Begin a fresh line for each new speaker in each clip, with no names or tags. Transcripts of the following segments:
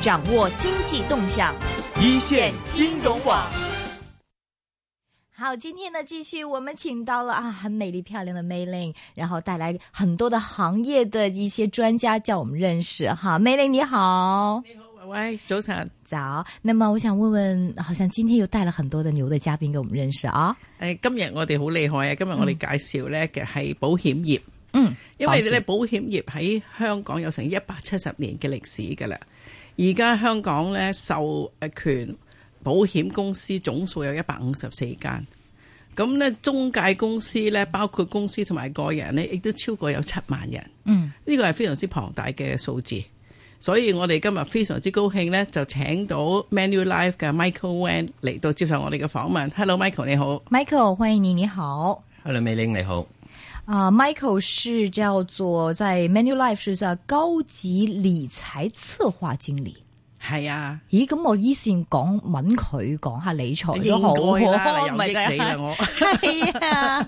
掌握经济动向，
一线金融网。
好，今天呢，继续我们请到了啊，很美丽漂亮的 Maylin，然后带来很多的行业的一些专家叫我们认识哈。Maylin 你好，
你好，喂喂，早晨。
早。那么我想问问，好像今天又带了很多的牛的嘉宾给我们认识啊。
誒，今日我哋好厲害啊！今日我哋介紹咧嘅係保險業，
嗯，
因為
保
咧
險
保險業喺香港有成一百七十年嘅歷史㗎啦。而家香港咧授誒權保險公司總數有一百五十四間，咁咧中介公司咧包括公司同埋個人咧，亦都超過有七萬人。
嗯
呢個係非常之龐大嘅數字，所以我哋今日非常之高興呢，就請到 Manulife 嘅 Michael Wan 嚟到接受我哋嘅訪問。Hello，Michael 你好。
，Michael，欢迎你，你好。
Hello，美玲你好。
啊、m i c h a e l 是叫做在 Manulife 是叫高級理財策劃經理。
係啊，
咦，咁我依線講揾佢講下理財都好
應該 啦，
喎
有
咪就
益你啦
係
我。
係啊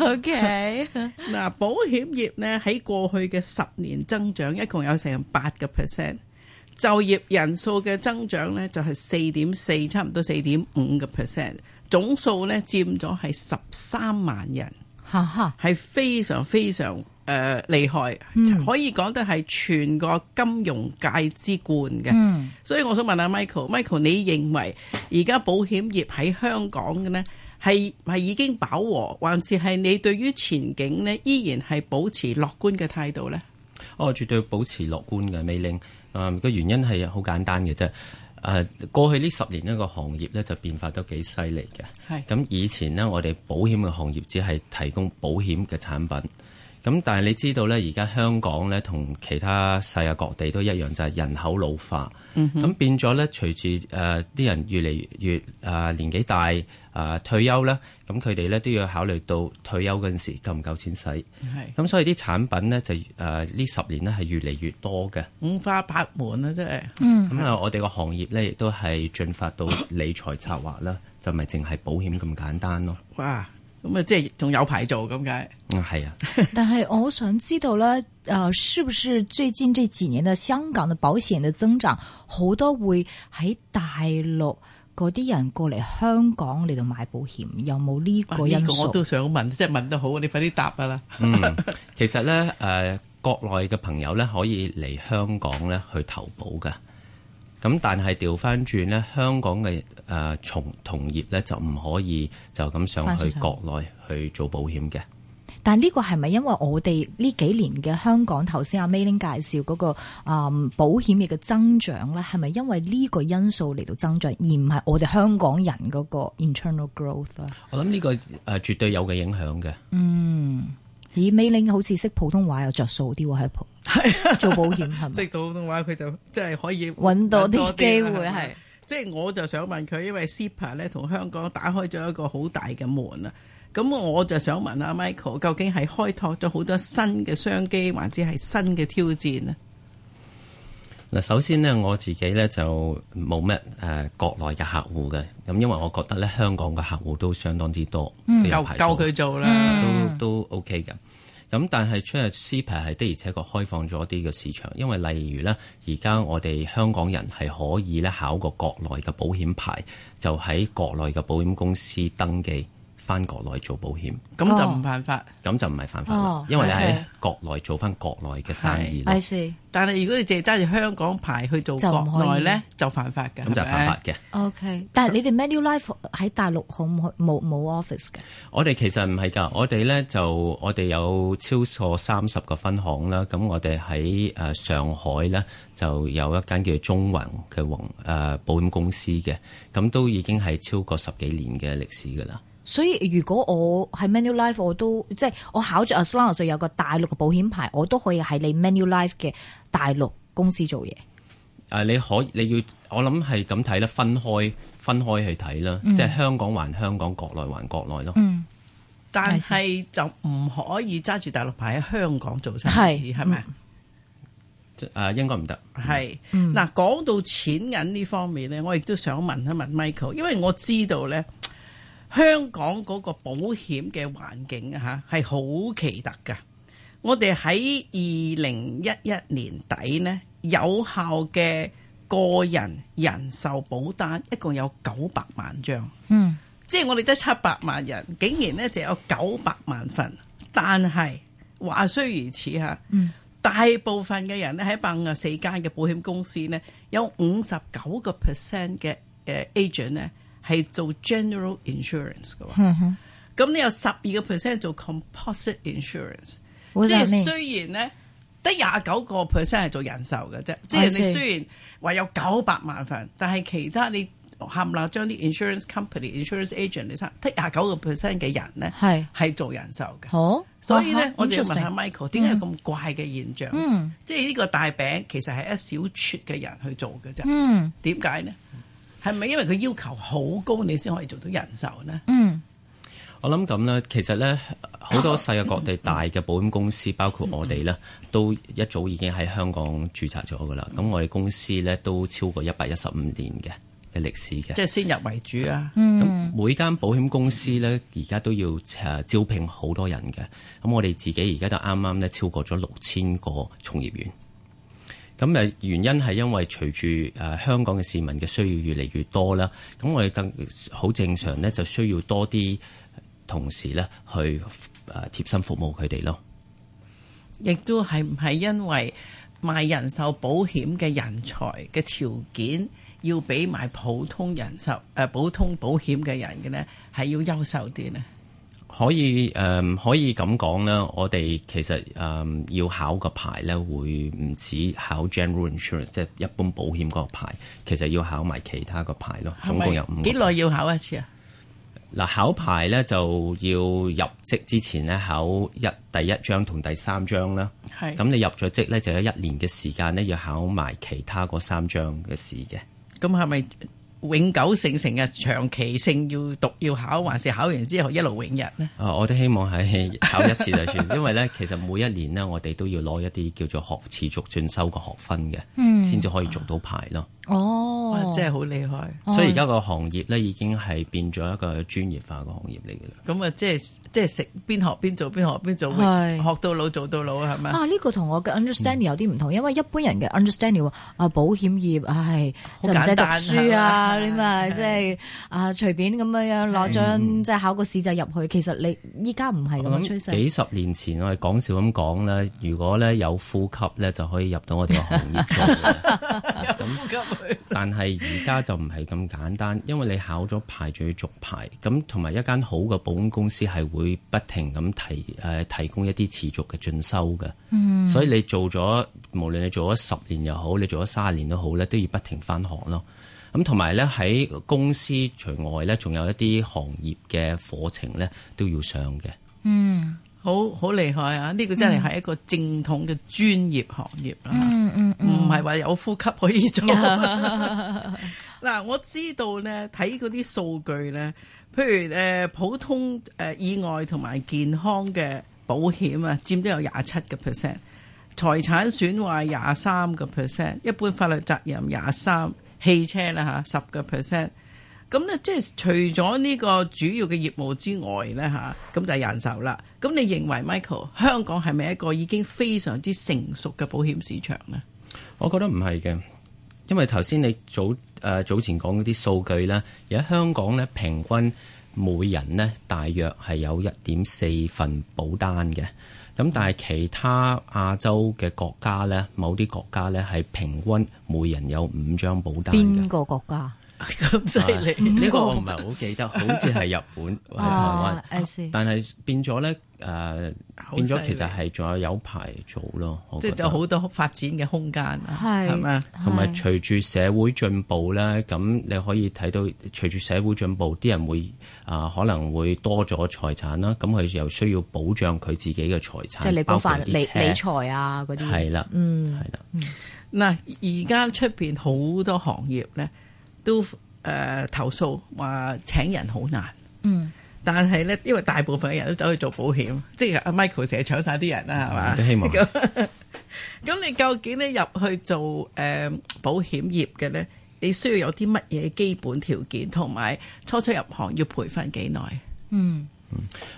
，OK，
嗱，保險業呢，喺過去嘅十年增長，一共有成八個 percent。就業人數嘅增長呢，就係四點四，差唔多四點五個 percent，總數呢，佔咗係十三萬人。
哈哈，
係非常非常誒、呃、厲害，
嗯
可以講得係全個金融界之冠嘅。
嗯
所以我想問下 Michael，Michael 你認為而家保險業喺香港嘅呢係係已經飽和，還是係你對於前景呢依然係保持樂觀嘅態度呢？
我絕對哦保持樂觀嘅，美玲。誒、個原因係好簡單嘅啫。誒、過去呢十年呢個行業咧就變化得幾犀利嘅。
係
咁以前呢，我哋保險嘅行業只係提供保險嘅產品。咁但係你知道呢，而家香港呢，同其他世界各地都一樣，就係、人口老化。咁、變咗呢，隨住誒啲人越嚟越誒、呃年紀大誒、呃退休啦，咁佢哋呢都要考慮到退休嗰陣時夠唔夠錢使。
係
咁所以啲產品呢，就呃誒呢、十年呢係越嚟越多嘅。
五花八門啊，真係。
嗯
咁啊，我哋個行業呢，亦都係進發到 理財策劃啦，就咪淨係保險咁簡單咯。
哇！咁啊，即係仲有排做咁解。
嗯，係啊。
但係我想知道咧，呃，是不是最近這幾年的香港的保險嘅增長，好多會喺大陸嗰啲人過嚟香港嚟到買保險，有冇呢
哇
個
呢
因
個
素？
我都想問，即係問得好，你快啲答啊啦。
嗯，其實咧，誒、國內嘅朋友咧可以嚟香港咧去投保嘅。咁但係調翻轉咧，香港嘅誒、呃從同業咧就唔可以就咁上去
翻上
國內去做保險嘅。
但呢個係咪因為我哋呢幾年嘅香港頭先阿 Mayling 介紹嗰、個、嗯保險業嘅增長咧，係咪因為呢個因素嚟到增長，而唔係我哋香港人嗰個 internal growth 啊咧？
我諗呢、個誒、呃、絕對有嘅影響嘅。
咦，Mayling 好似識普通話又着數啲喎，喺普
啊
做保險係咪？
識到普通話，佢就即係可以
揾到啲
多
機
啦
會
係咪
係
即係我就想問佢，因為 SIPA 咧同香港打開咗一個好大嘅門啊。咁我就想問阿 Michael，究竟係開拓咗好多新嘅商機，還是係新嘅挑戰啊呢？
嗱，首先呢，我自己咧就冇乜誒國內嘅客戶嘅，咁因為我覺得咧香港嘅客戶都相當之多，都有
嗯夠
排
夠
做
佢
嗯
做啦，
都都 OK 嘅。咁但係出入 C 牌係的而且確開放咗啲嘅市場，因為例如呢，而家我哋香港人係可以咧考個國內嘅保險牌，就喺國內嘅保險公司登記，翻國內做保險，
咁就唔犯法。
咁就唔係犯法啦，
哦
因為你
係
喺國內做翻國內嘅生意啦
I，see。
但係如果你淨係揸住香港牌去做
就唔可以
國內咧，就犯法㗎。
咁就
係咪
犯法嘅。
OK，但係你哋 Manulife 喺大陸好唔好冇冇 office 嘅？
我哋其實唔係㗎，我哋呢就我哋有超過三十個分行啦。咁我哋喺誒上海呢，就有一間叫中宏嘅宏誒保險公司嘅，咁都已經係超過十幾年嘅歷史㗎啦。
所以如果我喺 Manulife 我都即係我考咗 as long as 有個大陸嘅保險牌，我都可以喺你 Manulife 嘅大陸公司做嘢。
誒，啊你可以你要，我諗係咁睇啦，分開分開去睇啦，即係香港還香港，國內還國內咯。
嗯
但係就唔可以揸住大陸牌喺香港做生意，
係
係咪啊？
誒、啊應該唔得。
係嗱，講到錢銀呢方面咧，我亦都想問一問 Michael，因為我知道咧，香港嗰個保險嘅環境啊嚇係好奇特噶。我哋喺二零一一年底呢，有效嘅個人人壽保單一共有九百萬張，
嗯，
即係我哋得七百萬人，竟然呢就有九百萬份。但係話雖如此嚇，
嗯
大部分嘅人呢喺百五十四間嘅保險公司呢，有五十九個 percent 嘅誒 agent 呢係做 general insurance 嘅喎。
嗯哼，
咁你有十二個 percent 做 composite insurance，
好
即係
犀利
雖然咧得廿九個 percent 係做人壽嘅啫，即係
I
你
see
雖然話有九百萬份，但係其他你冚唪唥將啲 insurance company、insurance agent 你睇，得廿九個 percent 嘅人咧
係
係做人壽嘅。
好，
所以
啊
咧
哈，
我就要問下
interesting
Michael，點解有咁怪嘅現象？
嗯
即係呢個大餅其實係一小撮嘅人去做嘅啫。
嗯
點解呢？係咪因為佢要求好高，你先可以做到人壽呢？
嗯
我諗咁咧，其實咧好多世界各地大嘅保險公司，包括我哋咧，都一早已經喺香港註冊咗噶啦。咁我哋公司咧都超過一百一十五年嘅嘅歷史嘅
即。係先入為主啊！
咁每間保險公司咧，而家都要誒招聘好多人嘅。咁我哋自己而家就啱啱咧超過咗六千個從業員。咁誒原因係因為隨住誒香港嘅市民嘅需要越嚟越多啦，咁我哋更呃好正常咧，就需要多啲同事咧去誒貼心服務佢哋咯。
亦都係唔係因為賣人壽保險嘅人才嘅條件要比賣普通人壽誒、呃普通保險嘅人嘅呢係要優秀啲呢？
可以誒、呃可以咁講啦。我哋其實誒、呃要考個牌咧，會唔止考 general insurance，即係一般保險嗰個牌，其實要考埋其他個牌咯。
係
總共有五個
咪幾
牌
耐要考一次啊？
嗱，考牌咧就要入職之前咧考一第一章同第三章啦。
係
咁你入咗職咧，就有一年嘅時間咧要考埋其他嗰三章嘅試嘅。
咁係咪永久性成日長期性要讀要考，還是考完之後一路永日呢？
啊，我都希望係考一次就算，因為咧其實每一年咧我哋都要攞一啲叫做學持續進修嘅學分嘅，先至、可以續到牌咯。
哇！
哦，
真係好厲害。
所以而家個行業咧已經係變咗一個專業化嘅行業嚟嘅啦。
咁啊，即係即係食邊學邊做，邊學邊做，
係
學到老做到老啊，係 咪？
啊！呢、個同我嘅
嗯
understanding 有啲唔同，因為一般人嘅 understanding 話啊，保險業唉
好
就唔使
簡
讀
單
書啊，
係嘛
你咪
係
即係啊隨便咁樣樣攞張即係考個試就入去。其實你依家唔係咁
嗯我
嘅
諗
趨勢，
幾十年前我哋講笑咁講咧，如果咧有呼吸咧就可以入到我哋個行業做 嘅。但係而家就唔係咁簡單，因為你考咗牌仲要續牌，咁同埋一間好嘅保險公司係會不停咁提誒、呃提供一啲持續嘅進修嘅。嗯，所以你做咗，無論你做咗十年又好，你做咗三十年都好咧，都要不停翻學咯。咁同埋咧喺公司除外咧，仲有一啲行業嘅課程咧都要上嘅。
好好厲害啊！呢、個真係係一個正統嘅專業行業啦、唔係話有呼吸可以做。 嗱，我知道咧，睇嗰啲數據咧，譬如誒、呃普通誒、呃意外同埋健康嘅保險啊，佔都有廿七個 percent，財產損壞廿三個 percent，一般法律責任廿三，汽車啦嚇十個 percent。咁咧，即係除咗呢個主要嘅業務之外咧吓，咁就係人壽啦。咁你認為 Michael 香港係咪一個已經非常之成熟嘅保險市場咧？
我覺得唔係嘅，因為頭先你早誒、呃早前講嗰啲數據咧，而家香港咧平均每人咧大約係有一點四份保單嘅，咁但係其他亞洲嘅國家咧，某啲國家咧係平均每人有五張保單嘅啊
邊。個國家？
咁 犀利，
呢個我唔係好記得，好似係日本 或者
啊
台
I
灣
see，
但係變咗咧誒，
好
變咗
犀利
其實係仲有有排做咯，我
即
覺
係
得
就好多發展嘅空間啊，
係
係咪？
同埋隨住社會進步咧，咁你可以睇到隨住社會進步，啲人會啊、可能會多咗財產啦，咁佢又需要保障佢自己嘅財產，
即係你
包
嗰
括
份理
啲
理
車
財啊嗰啲。
係啦，嗯，係啦。
嗱，而家出邊好多行業咧都誒、呃投訴話請人好難。
嗯，
但係咧，因為大部分嘅人都走去做保險，即係阿 Michael 成日搶晒啲人啦，係嘛？
嗯都希望
咁 咁你究竟咧入去做誒、呃保險業嘅咧，你需要有啲乜嘢基本條件，同埋初初入行要培訓幾耐？
嗯，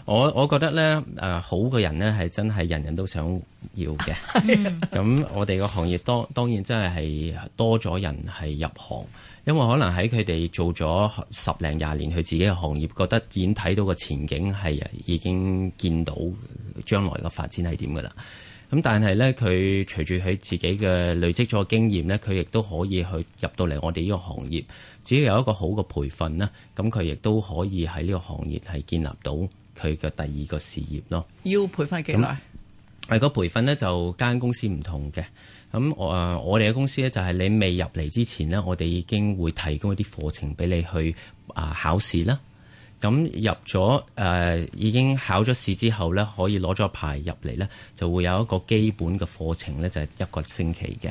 我我覺得咧，誒、好嘅人咧係真係人人都想要嘅。咁我哋個行業當當然真係係多咗人係入行，因為可能喺佢哋做咗十零廿年佢自己嘅行業，覺得已經睇到個前景係已經見到將來嘅發展係點㗎啦。咁但係咧，佢隨住佢自己嘅累積咗嘅經驗咧，佢亦都可以去入到嚟我哋呢個行業。只要有一個好嘅培訓咧，咁佢亦都可以喺呢個行業係建立到佢嘅第二個事業咯。
要培訓幾耐？
係個培訓咧就間公司唔同嘅。咁我誒我哋嘅公司咧就係你未入嚟之前咧，我哋已經會提供一啲課程俾你去啊、考試啦。咁入咗誒、已經考咗試之後咧，可以攞咗牌入嚟咧，就會有一個基本嘅課程咧，就係、一個星期嘅。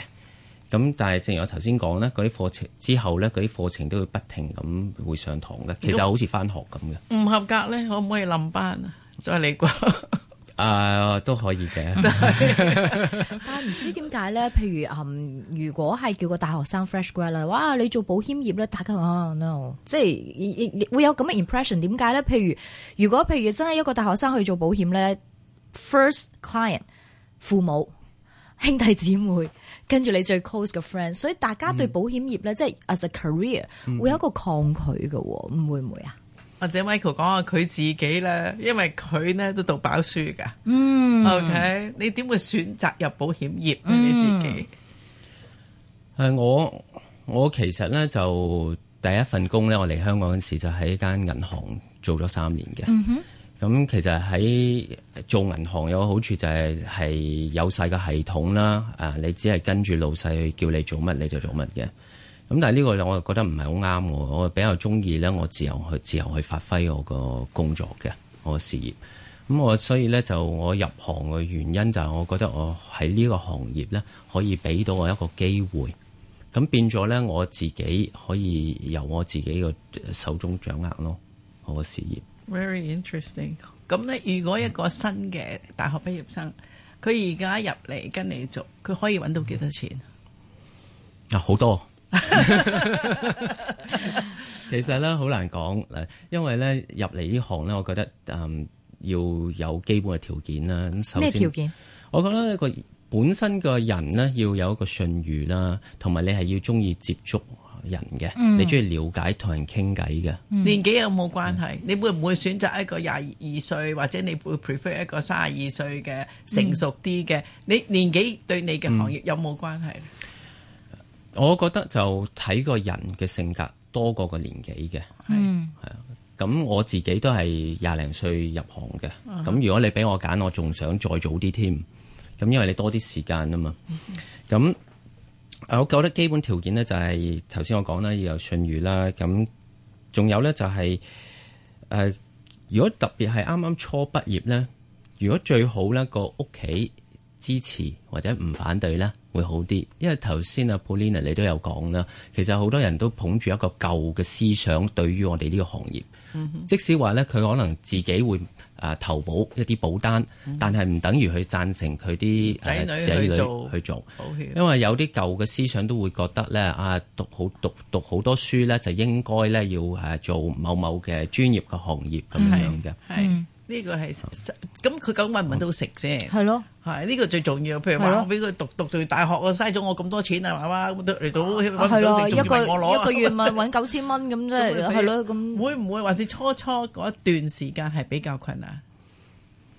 咁但係正如我頭先講咧，嗰啲課程之後咧，嗰啲課程都會不停咁會上堂嘅，其實好似翻學咁嘅。
唔合格咧，可唔可以冧班啊？再嚟過
啊、都可以嘅。
但啊唔知點解咧？譬如嗯，如果係叫個大學生 fresh grad 啦，哇！你做保險業咧，大家話啊 no，即係亦亦會有咁嘅 impression。點解咧？譬如如果譬如真係一個大學生去做保險咧，first client 父母、兄弟姊妹，跟住你最 close 嘅 friend，所以大家
嗯
對保險業咧，即係 as a career 會有一個抗拒嘅喎，唔會唔會啊？
或者 Michael 講下佢自己啦，因為佢咧都讀飽書噶。嗯，OK，你點會選擇入保險業咧？你自己
誒，呃我我其實咧就第一份工咧，我嚟香港嗰陣時就喺間銀行做咗三年嘅。咁、其實喺做銀行有個好處就係係有晒個系統啦，啊你只係跟住老細去叫你做乜你就做乜嘅。咁但係呢個我又覺得唔係好啱我，我比較中意咧我自由去自由去發揮我個工作嘅我個事業。咁我所以咧就我入行嘅原因就係我覺得我喺呢個行業咧可以俾到我一個機會，咁變咗咧我自己可以由我自己嘅手中掌握咯我個事業。
very interesting。咁咧，如果一個新嘅大學畢業生，佢而家入嚟跟你做，佢可以揾到幾多錢？
啊，好多。 其實咧好難講嗱，因為咧入嚟呢行咧，我覺得嗯要有基本嘅條件啦。咁首
咩
先
條，件？
我覺得一個本身個人咧要有一個信譽啦，同埋你係要中意接觸人嘅，
嗯
你中意了解同人傾偈嘅。
年紀有冇關係？你會唔會選擇一個廿二歲，或者你會 prefer 一個三十二歲嘅成熟啲嘅？你年紀對你嘅行業有冇關係？
我覺得就睇個人嘅性格多過個年紀嘅。啊
嗯，
咁我自己都係廿零歲入行嘅，咁、如果你俾我揀，我仲想再早啲添，咁因為你多啲時間啊嘛。咁呃我覺得基本條件呢，就係頭先我講啦，要有信譽啦，咁仲有呢，就係、誒，如果特別係啱啱初畢業呢，如果最好呢個屋企支持或者唔反對呢，會好啲。因為頭先阿 Paulina 你都有講啦，其實好多人都捧住一個舊嘅思想對於我哋呢個行業。
嗯
即使話呢，佢可能自己會啊投保一啲保單，但係唔等於佢贊成佢啲
嗯
誒
仔女
仔
去
女
做
去做。
保險
因為有啲舊嘅思想都會覺得咧啊，讀好讀讀好多書咧，就應該咧要誒做某某嘅專業嘅行業咁樣
嗯
嘅。
係呢個係咁，佢究竟揾唔揾到食先？
係咯，
係呢個最重要。譬
係
如話，
咯
我俾佢讀讀到大學，我嘥咗我咁多錢啊，係嘛？咁都嚟到
係
揾唔
咯，
到食，
一
仲要
個
問我攞啊
一個月問揾九千蚊咁
咁啊
啫，
就死
係咯咁。
會唔會或者初初嗰一段時間係比較困難？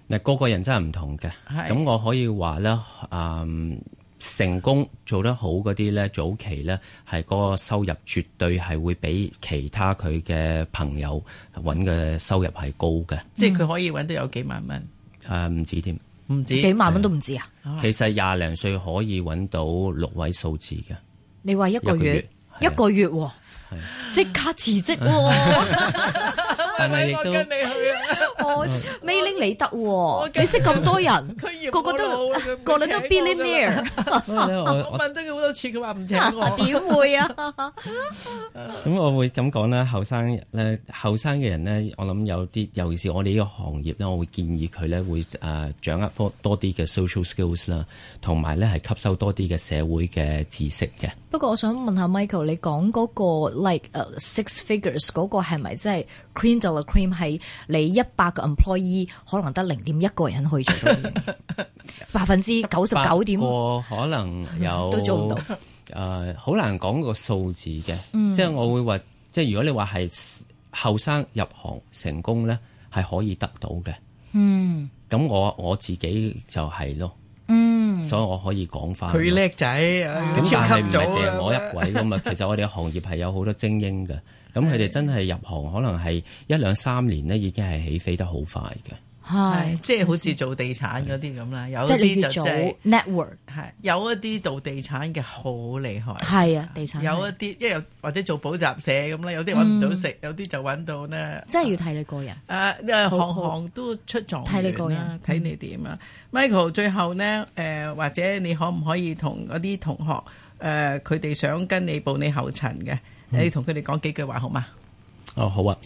嗯
嗱，個個人真係唔同嘅。
係
咁我可以話咧，嗯，成功做得好嗰啲咧，早期咧係個收入絕對係會比其他佢嘅朋友揾嘅收入係高嘅。
即係佢可以揾到有幾萬蚊，
誒唔止添，
唔止
幾萬蚊都唔止啊！
其實廿零歲可以揾到六位數字嘅。
你話一個月一
啊
一
個月喎，即刻辭職喎！
但係亦都
我跟你去啊！
我 Mei Ling，你得
我
喎，
梗
你識咁多人，
佢嫌
個個都
我老佢唔
個個都
請我㗎啦
billionaire，
因為咧哎我
我
我
問咗佢好多次，佢話唔請我。
點會啊？
咁我會咁講啦，後生咧，後生嘅人咧，我諗有啲，尤其是我哋呢個行業咧，我會建議佢咧會誒、呃掌握多多啲嘅 social skills 啦，同埋咧係吸收多啲嘅社會嘅知識嘅。
不過我想問下 Michael，你講嗰、個 like 誒 six figures 嗰個係咪即係 cream de la cream 係你一百個 employee 可能得零點一個人可以做到嘅 嘢，百分之九十九點
不過可能有
都做唔到。嗯
誒，好、難講個數字嘅，即係我會話，即係如果你話係後生入行成功咧，係可以得到嘅。
嗯
咁我我自己就係咯，
嗯
所以我可以講翻。
佢叻仔，唉
咁
超
但係
級
唔
早
係淨
啊
係我一位噶嘛？其實我哋行業係有好多精英嘅，咁佢哋真係入行可能係一兩三年咧，已經係起飛得好快嘅。
係
係，即係好似做地產嗰啲咁啦，有
即係
啲
你
就
要
即
做
係
network
係有一啲做地產嘅好厲害，
係啊，地產係嗯
有一啲即係或者做補習社咁啦，有啲揾唔到食，有啲就揾到啊咧。
真係要睇你個人。
誒誒，
好
行
好
行都出狀
睇你個
元啦
人，嗯
睇你點啊，Michael。最後呢，誒、或者你可唔可以同嗰啲同學誒，佢哋想跟你步你後塵嘅，
嗯
你同佢哋講幾句話好嘛？
哦，好啊。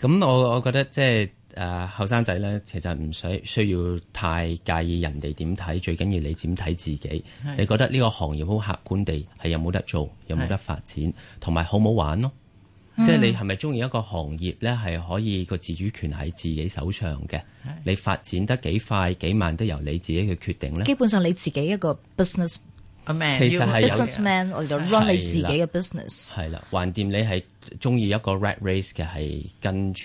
咁我我覺得即係誒後生仔咧，其實唔使需要太介意人哋點睇，最緊要你點睇自己。
係
你覺得呢個行業好客觀地係有冇得做，有冇得發展，同埋好唔好玩咯？即係你係咪中意一個行業咧？係可以個自主權喺自己手上嘅，你發展得幾快幾慢都由你自己去決定咧。
基本上你自己一個 business
阿 Man，
其實係有
businessman，我哋就 run 你自己嘅 business。
係啦，橫掂你係中意一個 rat race 嘅，係跟住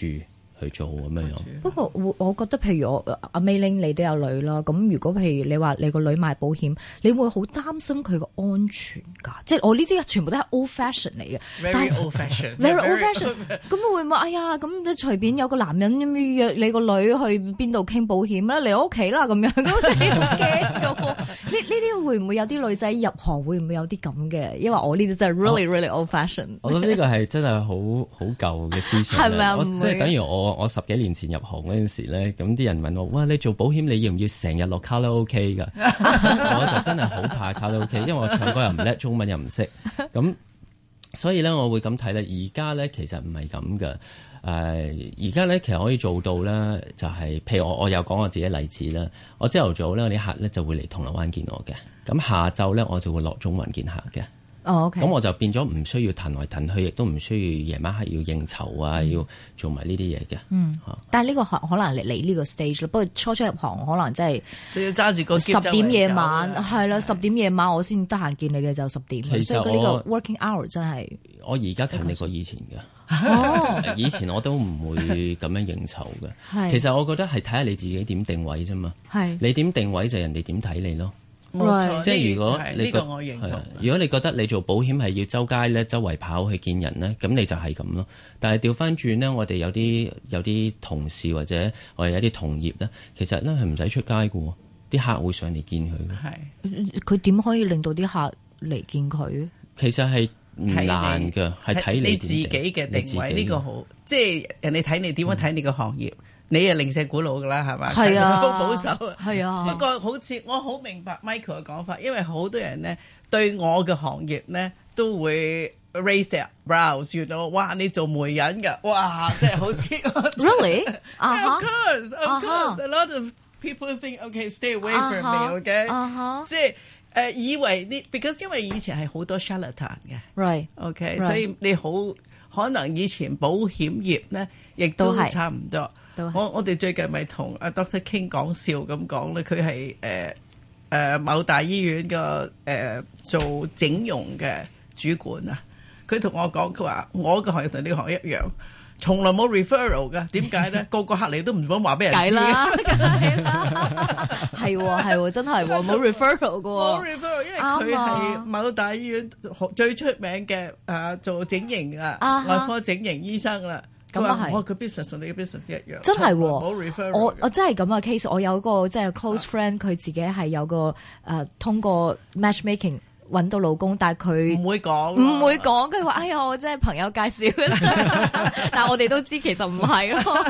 去做咁樣樣。
不過我我覺得，譬如我阿 Mayling 你都有女啦，咁如果譬如你話你個女賣保險，你會好擔心佢個安全㗎，即係我呢啲全部都係 old fashion 嚟嘅，但
very
係
old fashion。
very old fashion，咁會唔會哎呀咁你隨便有個男人咁約你個女去邊度傾保險啦，嚟我屋企啦咁樣，咁你好驚㗎喎。 呢呢啲會唔會有啲女仔入行會唔會有啲咁嘅？因為我呢啲真係 really really old fashion。
我諗呢個係真係好 好舊嘅思想啦。
係咪啊
我
唔會
即係等於我我十幾年前入行嗰陣時咧，咁啲人問我：哇，你做保險你要唔要成日落卡拉 OK 㗎？ 我就真係好怕卡拉 OK，因為我唱歌又唔叻，中文又唔識。咁所以咧，我會咁睇咧。而家咧其實唔係咁嘅。誒，而家咧其實可以做到咧，就係、譬如我我又講我自己例子啦。我朝頭早咧，我啲客咧就會嚟銅鑼灣見我嘅。咁下晝咧，我就會落中環見客嘅。
哦，OK，
咁我就變咗唔需要騰來騰去，亦都唔需要夜晚黑要應酬啊，
嗯
要做埋呢啲嘢嘅。嗯，嚇、
但係呢個可可能嚟嚟呢個 stage 咯，不過初初入行可能真係。
就要揸住個
十點夜晚係啦，十點夜晚我先得閒見你哋就十點，所以
其實
佢呢個
我
working hour 真係
我而家勤力過以前嘅。
哦，
以前我都唔會咁樣應酬
係嗯
嘅。其實我覺得係睇下你自己點定位啫嘛。
係
你點定位就人哋點睇你咯。
冇錯，
即係如果
呢
你
呢
覺
個我認
係啊
同。
如果你覺得你做保險係要周街咧、周圍跑去見人咧，咁你就係咁咯。但係調翻轉咧，我哋有啲有啲同事或者我哋有啲同業咧，其實咧係唔使出街嘅喎，啲客會上嚟見佢嘅。
係
佢點可以令到啲客嚟見 佢？
其實係唔
睇你
難嘅，係睇
你
你
自己嘅定位，呢
呢
個好，即係人哋睇你點樣睇你個行業，你啊零舍古老噶啦，係嘛？
係啊
好保守啊，
係啊
不過好似我好明白 Michael 嘅講法，因為好多人咧對我嘅行業咧都會 raise their brows，you know，哇！你做媒人㗎，哇！即係好似
Really？啊哈
Of course, of
啊哈
course. A lot of people think, okay, stay away
啊
from
哈
me, okay?
啊哈
即係誒以為呢，because 因為以前係好多 charlatan 嘅。
，right
OK，
Right.
所以你好可能以前保險業咧，亦都
都係
差唔多。
都係
我我哋最近咪同阿 Doctor King 講笑咁講咧，佢係誒誒某大醫院嘅誒、呃做整容嘅主管啊。佢同我講，佢話我個行業同你個行業一樣，從來冇 referral 噶。點 解咧？個個客嚟都唔想話俾人
計
知嘅。
啦，梗係啦，係喎係喎，真係喎冇 referral
冇
嘅
referral，因為
啱
佢
啊
係某大醫院最出名嘅啊做整形
啊
啊，
哈
外科整形醫生啦。
咁
佢
啊
話
係
我個 business 同你嘅 business 一樣，
真係喎
從來
喎。
冇 referral
我我
嘅。
真係咁嘅 case，我有個即係 close friend，佢自己係有個誒通過呃 matchmaking 揾到老公，但係佢
唔會講咯，
嗯
唔會講，佢話：哎呀，我真係朋友介紹， 但我哋都知其實唔係咯。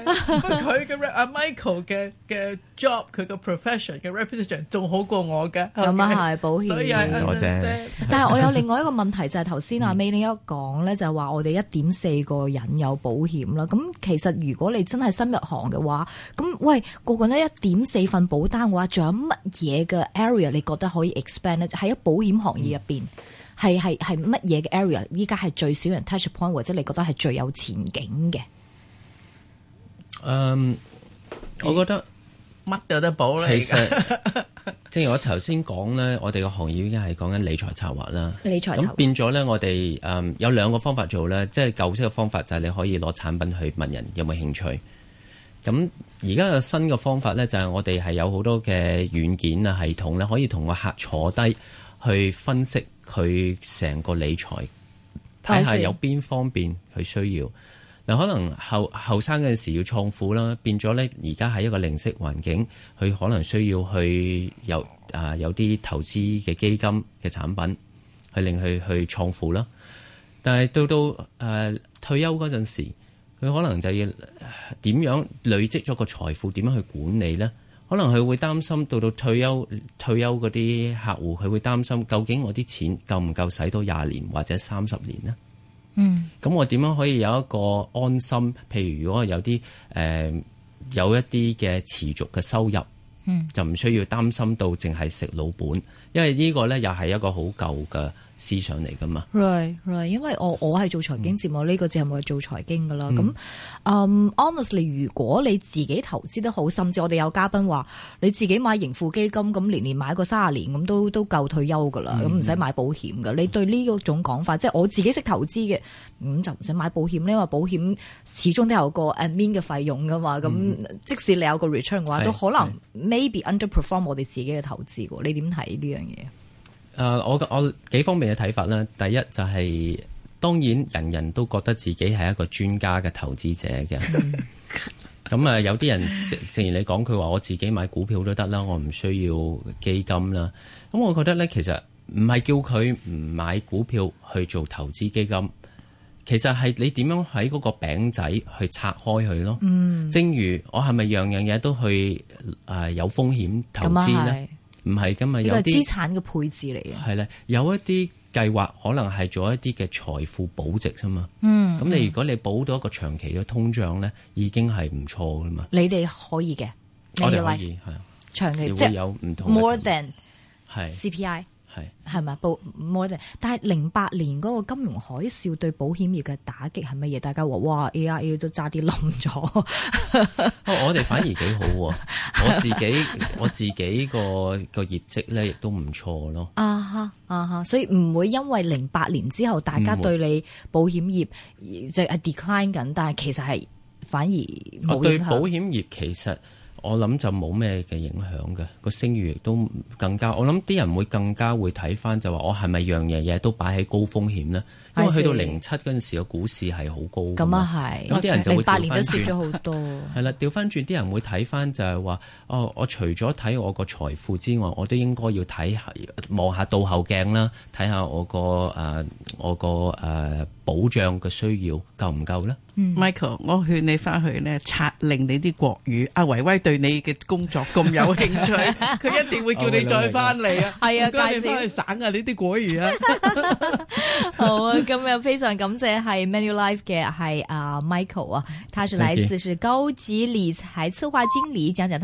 不過佢嘅 rep- 阿 Michael 嘅嘅 job，佢個 profession 嘅 reputation 仲好過我嘅，
咁啊係保險
所以 I
多謝
understand
但係我有另外一個問題就係頭先阿 May 呢一講咧，就係話我哋一點四個人有保險啦。咁其實如果你真係新入行嘅話，咁喂個個呢一點四份保單嘅話，仲有乜嘢嘅 area 你覺得可以 expand 咧？喺保險行業入邊係係係乜嘢嘅 area？依家係最少人 touch point，或者你覺得係最有前景嘅？
嗯，我覺得。
乜都有得保啦。
其
而家
實正如我頭先講咧，我哋個行業已經係講緊理財策劃啦。
理財策劃
咁變咗咧，我哋誒、嗯有兩個方法做咧，即係舊式嘅方法就係你可以攞產品去問人有冇興趣。咁而家嘅新嘅方法咧，就係、我哋係有好多嘅軟件啊系統咧，可以同個客坐低去分析佢成個理財，睇下有邊方面佢需要。嗱，可能後後生嗰陣時要創富啦，變咗咧而家喺一個零息環境，佢可能需要去有啊有啲投資嘅基金嘅產品，去令佢去創富啦。但係到到誒、呃退休嗰陣時，佢可能就要呃點樣累積咗個財富，點樣去管理呢？可能佢會擔心到到退休退休嗰啲客戶，佢會擔心究竟我啲錢夠唔夠使到廿年或者三十年呢？
嗯，
咁我點樣可以有一個安心？譬如如果有啲誒、呃有一啲嘅持續嘅收入，嗯，就唔需要擔心到淨係食老本，因為呢個呢又係一個好舊嘅思想嚟噶嘛。
Right, right，因為我我係做財經節目，呢、個節目係做財經噶啦。咁，嗯，honestly，如果你自己投資得好，甚至我哋有嘉賓話你自己買盈富基金，咁年年買個三十年咁都都夠退休噶
嗯
啦，咁唔使買保險噶。你對呢個種講法，即係我自己識投資嘅，咁就唔使買保險咧，因為保險始終都有個 admin 嘅費用噶嘛。咁、即使你有個 return 嘅話，
嗯係
都可能 maybe underperform 我哋自己嘅投資喎。你點睇呢樣嘢？
誒、呃我嘅我幾方面嘅睇法啦。第一就係、當然人人都覺得自己係一個專家嘅投資者嘅。
嗯
咁啊，有啲人正正如你講，佢話我自己買股票都得啦，我唔需要基金啦。咁我覺得呢，其實唔係叫佢唔買股票去做投資基金，其實係你點樣喺嗰個餅仔去拆開佢咯。嗯，正如我係咪樣樣嘢都去誒、有風險投資
咁啊
呢
係？
唔係噶嘛，
呢
有
個係
啲
資產嘅配置嚟嘅。
係咧，有一啲計劃可能係做一啲嘅財富保值啫嘛。嗯，咁你如果你保到一個長期嘅通脹咧，已經係唔錯噶嘛。
你哋可以嘅，你
我哋
嘅
可
life
以係啊，
長期
你
即
會
係
有唔同嘅
more
投資
than
係
CPI
係
係咪報 more than？但係零八年嗰個金融海嘯對保險業嘅打擊係乜嘢？大家話哇 AIA 都差啲冧咗，
不哦過我哋反而幾好喎，我自己我自己個個業績咧亦都唔錯咯。
啊哈啊哈！所以唔會因為零八年之後大家
唔
對
會
你保險業就係 decline 緊，但係其實係反而
我
冇
啊對
影
保
響。
險業其實我諗就冇咩嘅影響嘅，個聲譽亦都更加。我諗啲人會更加會睇翻就話我係咪樣樣嘢都擺喺高風險呢？因為
I see
去到零七嗰陣時個股市係好高㗎
咁
嘛
啊係，
咁啲人就會
零八
調
年都
翻
蝕
轉
咗好多。
係啦，調翻轉啲人會睇翻就係話，哦，我除咗睇我個財富之外，我都應該要睇下望下倒後鏡啦，睇下我個誒、呃我個誒、呃保障嘅需要夠唔夠咧？
嗯
Michael，我勸你翻去咧，拆令你啲國語。阿維威對你嘅工作咁有興 趣，佢一定會叫你再翻嚟啊！
係啊
唔該你
介紹
翻去省下呢啲國語啊！
好啊，咁又非常感謝係 Manulife 嘅係啊 Michael 啊，他是來自是高級理財策劃經理，講講他。